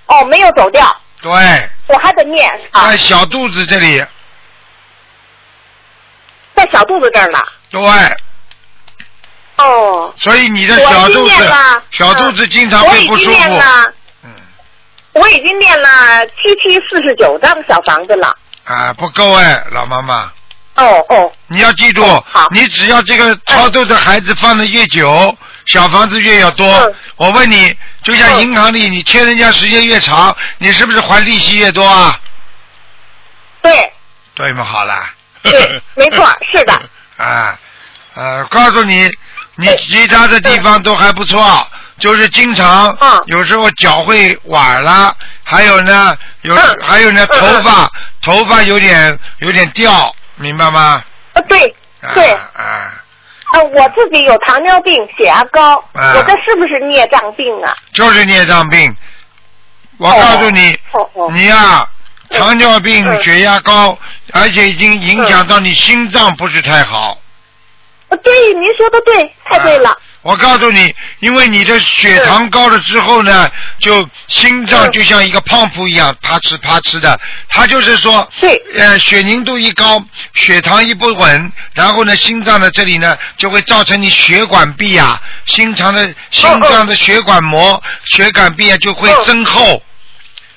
哦，没有走掉，
对，
我还得念啊
在，小肚子这里，
在小肚子这儿呢。
对，
哦，
所以你的小
我已经
肚
念
子
了，，嗯
小肚子经常
我
会
已
不
经
舒
念
服。
了，
嗯，
我已经念了七七四十九张小房子了。
啊，不够哎，老妈妈，
哦哦，
你要记住
哦好，
你只要这个超度的孩子放的越久，小房子越要多
嗯。
我问你，就像银行里你欠人家时间越长，你是不是还利息越多啊？
对，
对嘛，好了。
对没 错是的。
啊，呃，告诉你，你其他的地方都还不错，就是经常
嗯，
有时候脚会崴了，还有呢，有
嗯
还有呢，
嗯
头发头发有点有点掉，明白吗？
啊对
啊
对，
啊，
啊，我自己有糖尿病、血压高，
啊
我这是不是孽障病啊？
就是孽障病。我告诉你，
哦哦，
你呀、糖尿病、
嗯
血压高，而且已经影响到你心脏不是太好。
啊对，您说的对，太对了
啊。我告诉你，因为你的血糖高了之后呢，就心脏
嗯
就像一个胖虎一样，啪哧啪哧的。它就是说，
对
呃，血凝度一高，血糖一不稳，然后呢，心脏的这里呢就会造成你血管壁呀、心肠的心脏的血管膜、血管壁啊就会
嗯
增厚。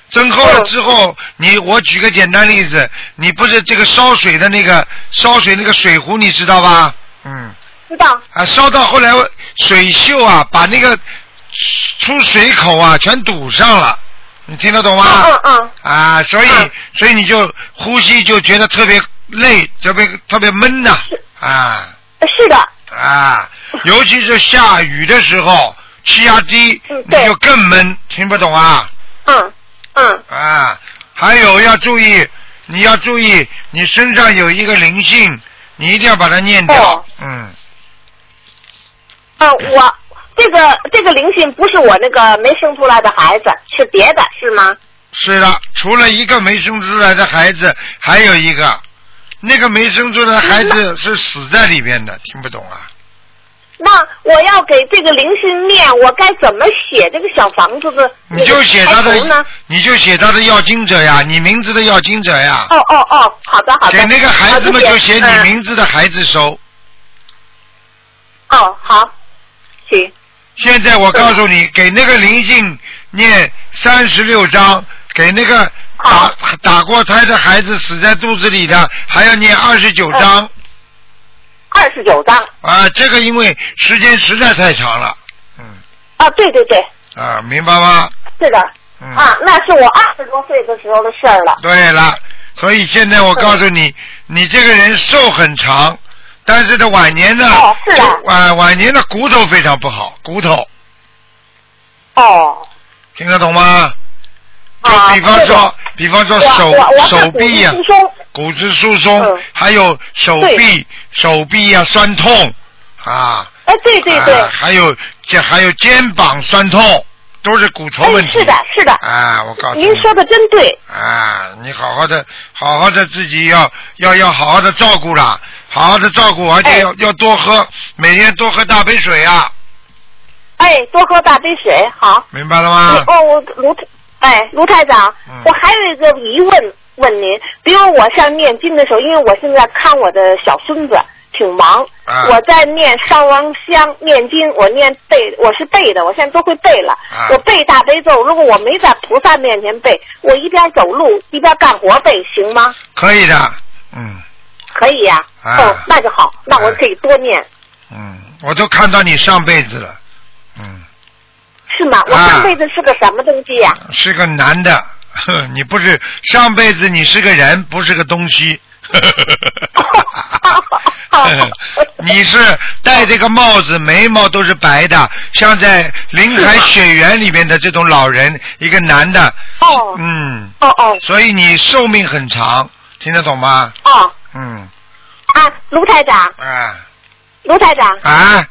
增厚了
嗯
之后，你我举个简单例子，你不是这个烧水的那个烧水那个水壶，你知道吧？嗯。
知道，
啊，烧到后来水锈啊，把那个出水口啊全堵上了，你听得懂吗？
嗯嗯
啊，所以、
嗯
所以你就呼吸就觉得特别累，特别特别闷呐、啊
嗯，是的，
啊，尤其是下雨的时候，气压低，
嗯
你
对
就更闷，听不懂啊？
嗯嗯，
啊，还有要注意，你要注意，你身上有一个灵性，你一定要把它念掉。
哦
嗯，
啊，我这个这个灵性不是我那个没生出来的孩子，是别的，是吗？
是的，除了一个没生出来的孩子，还有一个，那个没生出来的孩
嗯
子是死在里边的，听不懂啊？
那我要给这个灵性念，我该怎么写这个小房子的？
你就写他
那
的
个开头啊呢？，
你就写他的要经者呀，你名字的要经者呀，
哦哦哦，好的好的。
给那个孩子们
好
就
谢嗯
写
谢
你名字的孩子收。
嗯哦，好，行，
现在我告诉你，
嗯
给那个灵性念三十六章，给那个打
好
打过胎的孩子死在肚子里的还要念二十九章
嗯二十九张。
啊，这个因为时间实在太长了，嗯
啊，对对对，
啊，明白吗？
是的。
嗯，
啊，那是我二十多岁的时候的事儿了。
对了，所以现在我告诉你，你这个人寿很长，但是呢晚年呢，
哦是的
晚、晚年的骨头非常不好，骨头
哦。
听得懂吗？就
啊
比方
对的
说，比方说
我
手
我我
手
看
臂呀、
古书中
骨质疏松，
嗯
还有手臂手臂呀、酸痛啊，
哎，对对对，
啊还有这还有肩膀酸痛，都是骨头问
哎，
题。
是的，是的，
啊，我告诉你，
您说的真对。
啊，你好好的，好好的自己要要要好好的照顾啦，好好的照顾，而且
哎
要、要多喝，每天多喝大杯水啊，
哎，多喝大杯水，好。
明白了
你
吗？
哦，我卢太，哎，卢台长，
嗯
我还有一个疑问，
问您，比如我像念经的时候，因为我现在看我的小孙子挺忙，
啊
我在念烧王香、念经，我念背，我是背的，我现在都会背了。
啊
我背大悲咒，如果我没在菩萨面前背，我一边走路一边干活背，行吗？
可以的，嗯
可以呀、
啊
哦，那就好，那我可以多念，
嗯，我都看到你上辈子了，嗯，
是吗？我
啊
上辈子是个什么东西呀、
是个男的， 呵你不是上辈子你是个人，不是个东西。 你是戴这个帽子，眉毛都是白的，像在《林海雪原》里面的这种老人，一个男的，
哦
嗯，
哦哦
所以你寿命很长，听得懂吗？
哦
嗯，
啊，卢台长，
啊
卢台长，
啊，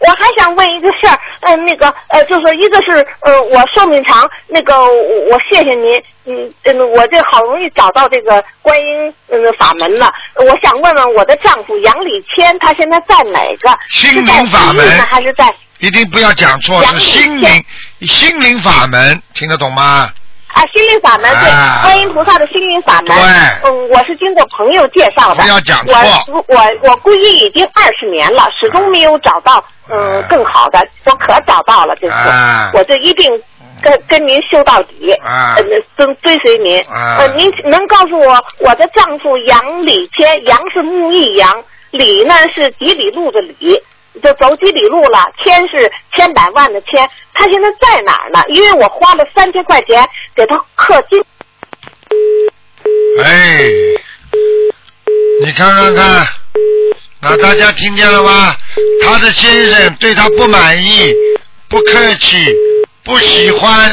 我还想问一个事儿，呃，那个呃，就是说一个是呃，我寿命长，那个我我谢谢您，嗯嗯，我这好容易找到这个观音嗯法门了，我想问问我的丈夫杨礼谦，他现在在哪个？
心
是在
灵法门
西域呢，还是在？
一定不要讲错，
杨
是
丽
心灵
仙
心灵法门，听得懂吗？
啊，心灵法门对，
啊
观音菩萨的心灵法门。
对
嗯，我是经过朋友介绍的。
不要讲错
我我我估计已经二十年了，始终没有找到嗯
啊
更好的，我可找到了这次，
啊
我就一定跟跟您修到底，
啊
呃跟追随您。
啊
呃，您能告诉我我的丈夫杨礼谦，杨是木易杨，李呢是几里路的李。就走几里路了，千是千百万的千，他现在在哪儿呢？因为我花了三千块钱给他刻金，
哎，你看看看，那大家听见了吗？他的先生对他不满意，不客气，不喜欢，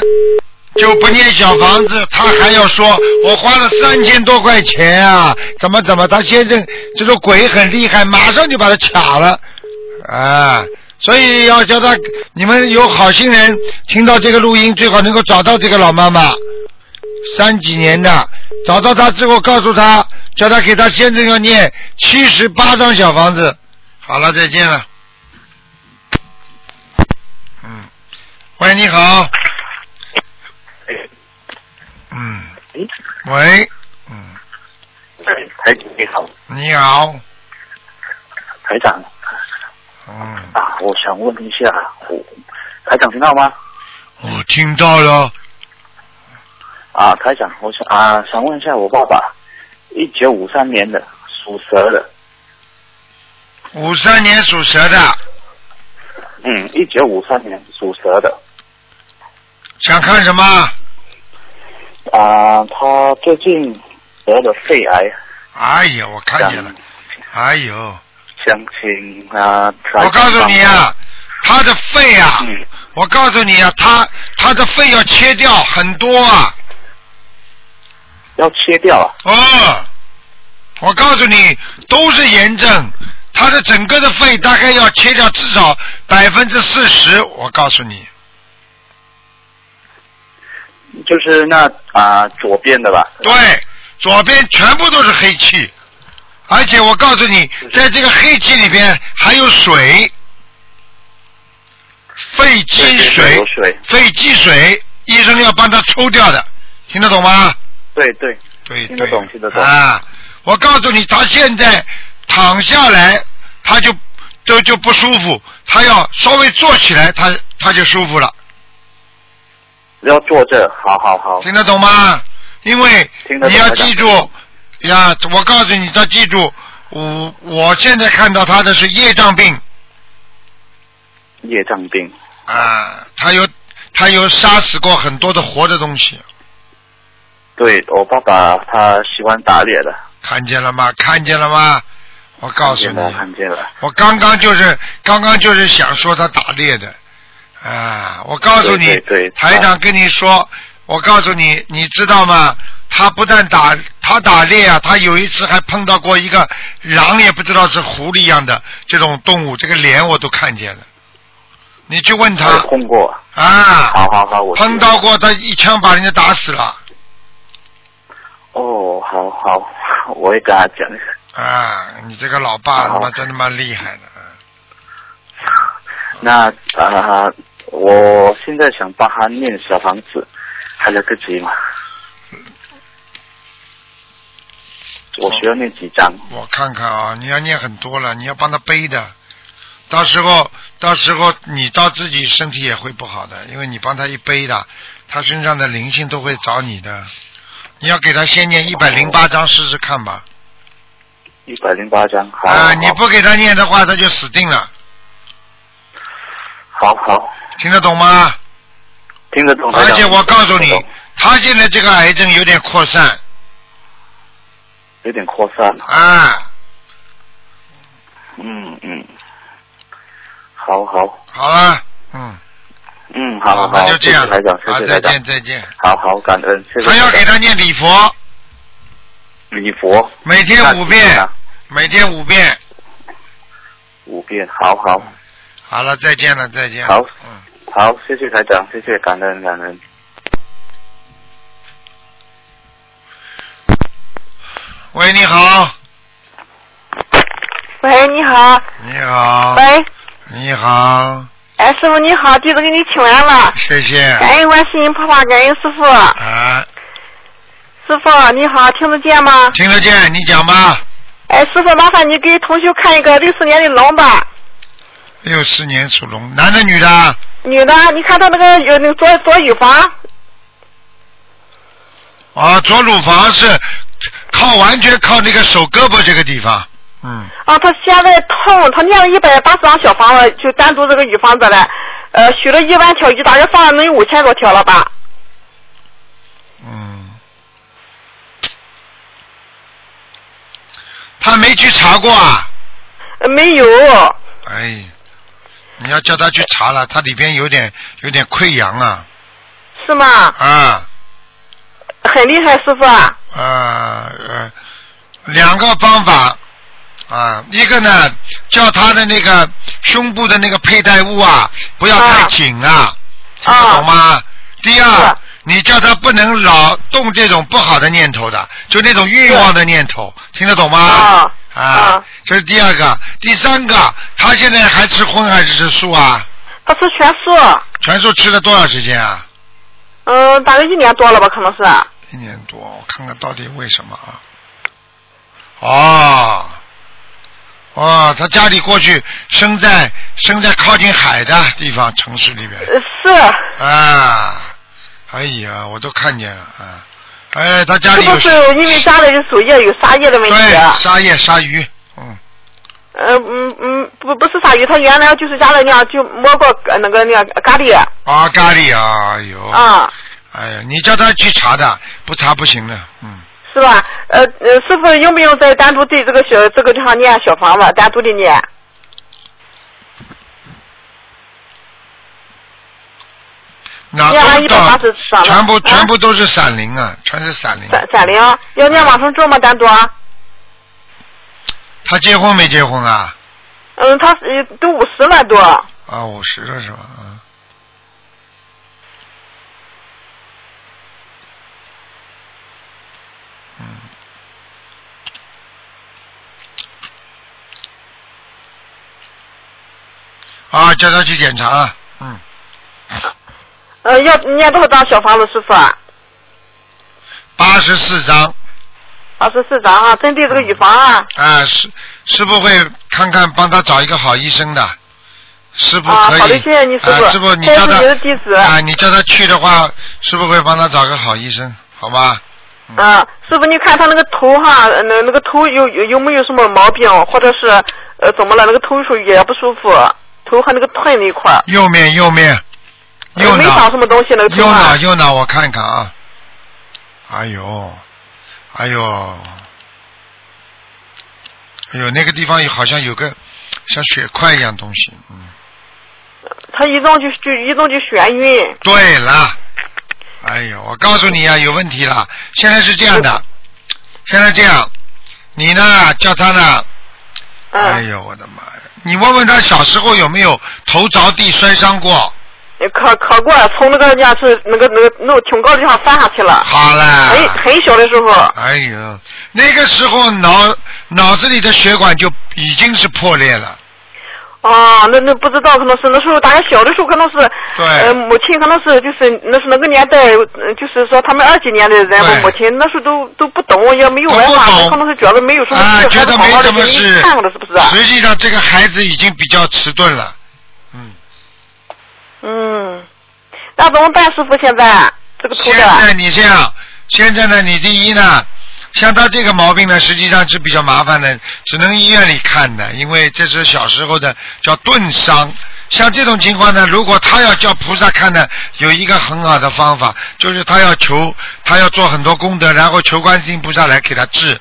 就不念小房子，他还要说，我花了三千多块钱啊，怎么怎么？他先生这个鬼很厉害，马上就把他卡了，啊。所以要叫他，你们有好心人听到这个录音，最好能够找到这个老妈妈。三几年的，找到他之后告诉他，叫他给他先生要念七十八张小房子。好了，再见了。嗯，喂，你好。嗯，喂，嗯，
台长你好，
你好，
台长
嗯，
啊，我想问一下，我台长听到吗？
我听到了，
啊，台长，我想啊，想问一下我爸爸，一九五三年的，属蛇的，
五三年属蛇的，
嗯，一九五三年属蛇的，
想看什么？
啊，他最近得了肺癌，
哎呀，我看见了，哎呦，
想请啊，台长
我告诉你啊，他的肺啊，
帮忙，嗯，
我告诉你啊，他他的肺要切掉很多啊，
要切掉啊，
哦，我告诉你，都是炎症，他的整个的肺大概要切掉至少百分之四十，我告诉你，
就是那啊左边的吧，
对，左边全部都是黑气，而且我告诉你，在这个黑气里边还有水，肺积
对对对
水
有，水，
肺积水，医生要帮他抽掉的，听得懂吗？
对对，
对
听得
对
懂听得懂
啊！我告诉你，他现在躺下来，他就就就不舒服，他要稍微坐起来，他他就舒服了，
要坐着，好好好，
听得懂吗？因为
听得懂
你要
台长
记住呀，我告诉你，他记住，我我现在看到他的是业障病
业障病。
啊，他有他有杀死过很多的活的东西，
对我爸爸他喜欢打猎的，
看见了吗？看见了吗？我告诉
看见
你，
了看见了，
我刚刚就是刚刚就是想说他打猎的，啊，我告诉你，
对对对
台长跟你说，我告诉你，你知道吗？他不但打他打猎啊，他有一次还碰到过一个狼，也不知道是狐狸一样的这种动物，这个脸我都看见了。你去问
他
他
碰过，
啊，
好好好，我知道
碰到过他一枪把人家打死了
哦，好好， 我会跟他讲，
啊！你这个老爸他妈
好
真他妈厉害的，啊
那啊、我现在想帮他念小房子，还来得及吗？我需要念几张？
我看看啊，你要念很多了，你要帮他背的，到时候到时候你到自己身体也会不好的，因为你帮他一背的，他身上的灵性都会找你的。你要给他先念一百零八章试试看吧。
一百零八张，好，
啊，你不给他念的话，他就死定了。
好好，
听得懂吗？
听得懂。台
而
长
且我告诉你
听得懂，
他现在这个癌症有点扩散
有点扩散。
啊，
嗯嗯，好好，
好了，嗯，
嗯，好好，
啊那就这样，
谢谢台长，
好，
谢谢
再
台长
见，，再见。
好好，感恩，谢谢
还
台长。
要给他念礼佛，
礼佛，
每天五
那行
遍
了，
每天五遍。
五遍，好好
好了，再见了，再见。
好
嗯，
好，谢谢台长，谢谢，感恩感恩。
喂，你好，
喂，你好，
你好，
喂，
你好，
哎，师傅你好，弟子给你请安了，
谢谢。
感恩观世音菩萨，感恩师傅，
啊，
师傅你好，听得见吗？
听得见，你讲吧。
哎，师傅，麻烦你给同修看一个六四年的龙吧，
六四年属龙，男的女的？
女的，你看她那个有那个左左乳房，
啊，左乳房是靠完全靠那个手胳膊这个地方。嗯，
啊，她现在痛，她念了一百八十张小房子，就单独这个乳房子了，呃，许了一万条鱼，大约放了能有五千多条了吧？
嗯他没去查过啊。
呃没有，
哎，你要叫他去查了，他里边有点有点溃疡啊
是吗？
啊
很厉害，师傅啊，
啊呃，两个方法啊，一个呢叫他的那个胸部的那个佩戴物啊不要太紧啊，听得懂吗？第二，你叫他不能老动这种不好的念头的，就那种欲望的念头，听得懂吗？啊这是第二个，第三个，他现在还吃荤还是吃素啊？
她吃全素，
全素吃了多少时间啊？
嗯、大约一年多了吧，可能是。呃
一年多，我看看到底为什么啊？哦，哦，他家里过去生在生在靠近海的地方城市里边
是，
啊，哎呀，我都看见了啊，哎，他家
是
里有
不是因为家里有主业有杀业的问题啊？
对沙叶鲨鱼，嗯
呃嗯嗯，不不是鲨鱼，他原来就是家里那样就摸过呃那个那样咖喱
啊咖喱啊，哎呦，
啊、
哎呀，你叫他去查的，不查不行的，嗯，
是吧？呃呃，师傅用不用再单独对这个小这个地方念小房子，单独的念？
哪
你按
啊都到
180查了
全部
啊
全部都是闪灵啊，全是闪灵。
闪闪灵要念往生咒吗？单独？啊？
他结婚没结婚啊？
嗯，他呃都五十了都，
啊，五十了是吧？啊。嗯。啊，叫他去检查了。嗯，
呃要念多少张小房子，师傅啊？
八十四张。
二十四张啊，针对这个乳房啊，
啊，师师傅会看看，帮他找一个好医生的。嗯师傅
啊
可以。
好的谢谢你师傅
啊、师傅，你
这
叫
是
他
你的地址
啊，你叫他去的话，师傅会帮他找个好医生，好吧？
啊，师傅，你看他那个头哈，呃那那个头有有有没有什么毛病，或者是呃怎么了？那个头属也不舒服，头和那个臀那一块儿，
右面，右面，右
哎没
脑
长什，么东西，那个头
右脑，
啊，
右脑，我看看啊。哎呦，哎呦，哎呦，那个地方有好像有个像血块一样东西。嗯，
他一动就就一动就眩晕，
对了，哎呦，我告诉你啊，有问题了。现在是这样的，现在这样，你呢叫他呢。
嗯
哎呦，我的妈呀！你问问他小时候有没有头着地摔伤过？
呃可可过了从那个家是那个那个那个挺高的地方翻下去了，
好啦，
很很小的时候，
哎呦，那个时候脑脑子里的血管就已经是破裂了，
啊，那那不知道，可能是那时候大概小的时候，可能是，
对
呃，母亲可能是就是那是那个年代，呃就是说他们二几年的人，我母亲那时候都都不懂，也没有文化，可能是觉得没有什么
啊
事，，
觉得没
好好地
什么
给你
事
看过了是不是啊？
实际上这个孩子已经比较迟钝了，
嗯，那怎么办，师傅？现在 这个图
现
的，
在你这样，现在呢，你第一呢，像他这个毛病呢，实际上是比较麻烦的，只能医院里看的，因为这是小时候的叫钝伤。像这种情况呢，如果他要叫菩萨看呢，有一个很好的方法，就是他要求，他要做很多功德，然后求观世音菩萨来给他治。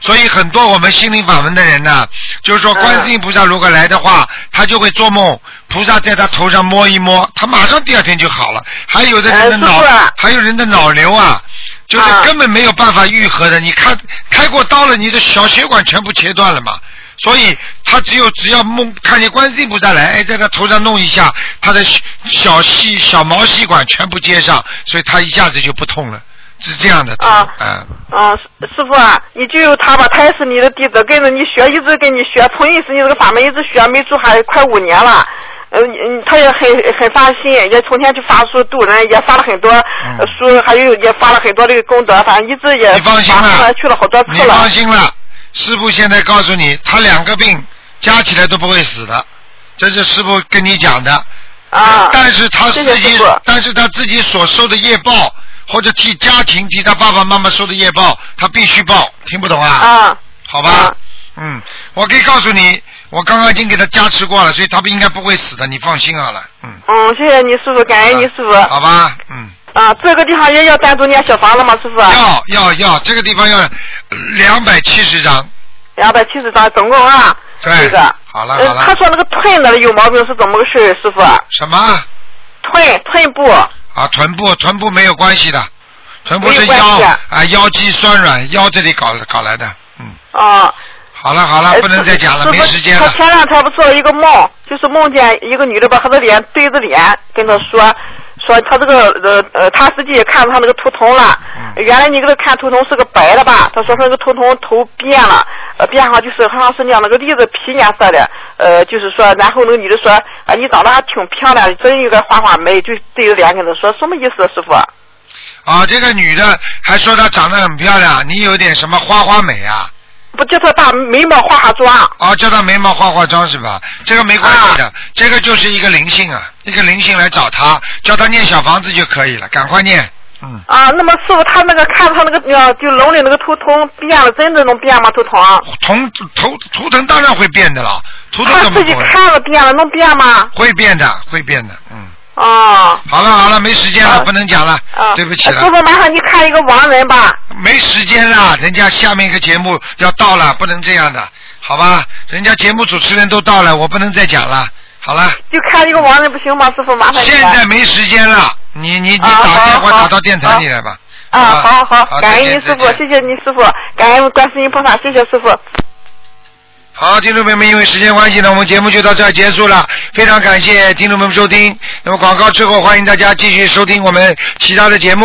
所以很多我们心灵法门的人呢，就是说观世音菩萨如果来的话，他就会做梦，菩萨在他头上摸一摸，他马上第二天就好了。还有
哎
的人的脑，还有人的脑瘤啊，就是根本没有办法愈合的。你看开过刀了，你的小血管全部切断了嘛。所以他只有只要梦看见观世音菩萨来，哎，在他头上弄一下，他的小小细小毛细管全部接上，所以他一下子就不痛了，是这样的。
啊
嗯。
啊，师师傅啊，你就有他吧，他也是你的弟子，跟着你学，一直跟你学，从认识你这个法门一直学，没住还快五年了。嗯嗯，他也很很发心，也从天去发书度人，也发了很多
嗯
呃书，还有也发了很多这个功德，反正一直也发出来去了好多
啊你
次了。
放心了，师傅现在告诉你，他两个病加起来都不会死的，这是师傅跟你讲的。
啊。
但是他自
谢谢
己
师父，
但是他自己所受的业报，或者替家庭、替他爸爸妈妈受的业报，他必须报，听不懂啊？
啊。
好吧。嗯，我可以告诉你，我刚刚已经给他加持过了，所以他不应该不会死的，你放心好了。嗯，
嗯，谢谢你师傅，感恩你师傅。
好吧，嗯。
啊，这个地方也要单独念小房了吗，师傅？
要要要，这个地方要两百七十张。
两百七十张，总共啊。
对。
这个。
好了
呃
好了。
他说那个腿那里有毛病是怎么个事儿，师傅？啊
什么？
腿腿部。
啊，臀部臀部没有关系的，臀部是
没有关
腰
系啊
啊，腰肌酸软，腰这里搞搞来的。嗯
啊。
好了好了，
呃
不能再讲了，没时间
他
了。
前两天不做了一个梦，就是梦见一个女的把她的脸对着脸跟他说，说她这个呃呃，她实际也看出她那个图腾了。
嗯
原来你给她看图腾是个白的吧？她说她那个图腾头变了，呃，变上就是好像是那样那个栗子皮颜色的，呃，就是说，然后那个女的说，啊、你长得还挺漂亮，真应该画画眉，就对着脸跟她说，什么意思、啊，师傅？
啊，这个女的还说她长得很漂亮，你有点什么花花美啊？
不叫她把眉毛化化妆。
哦，叫她眉毛化化妆是吧？这个没关系的，
啊
这个就是一个灵性啊，一个灵性来找她，叫她念小房子就可以了，赶快念。嗯
啊，那么师傅他那个看他那个呃，就龙里那个图腾变了，真的能变吗？图腾？
同图图腾当然会变的了，图腾
他
怎么
啊自己
不会？
看了变了，能变吗？
会变的，会变的，嗯。
哦，呃
好了好了，没时间了，不能讲了，对不起
啊师
了。
傅麻烦你看一个亡人吧。
没时间啦，人家下面一个节目要到了，不能这样的，好吧？人家节目主持人都到了，我不能再讲了。好了，
就看一个亡人不行吗？师傅麻烦你了。
现在没时间了，你你你
啊
打电
好
话
好
打到电台里来吧。
啊，好好
好再
感恩
见
您师
再
傅，谢谢你师傅，感恩观世音菩萨，谢谢师傅。
好，听众朋友们，因为时间关系呢，我们节目就到这儿结束了。非常感谢听众朋友们收听。那么广告之后，欢迎大家继续收听我们其他的节目。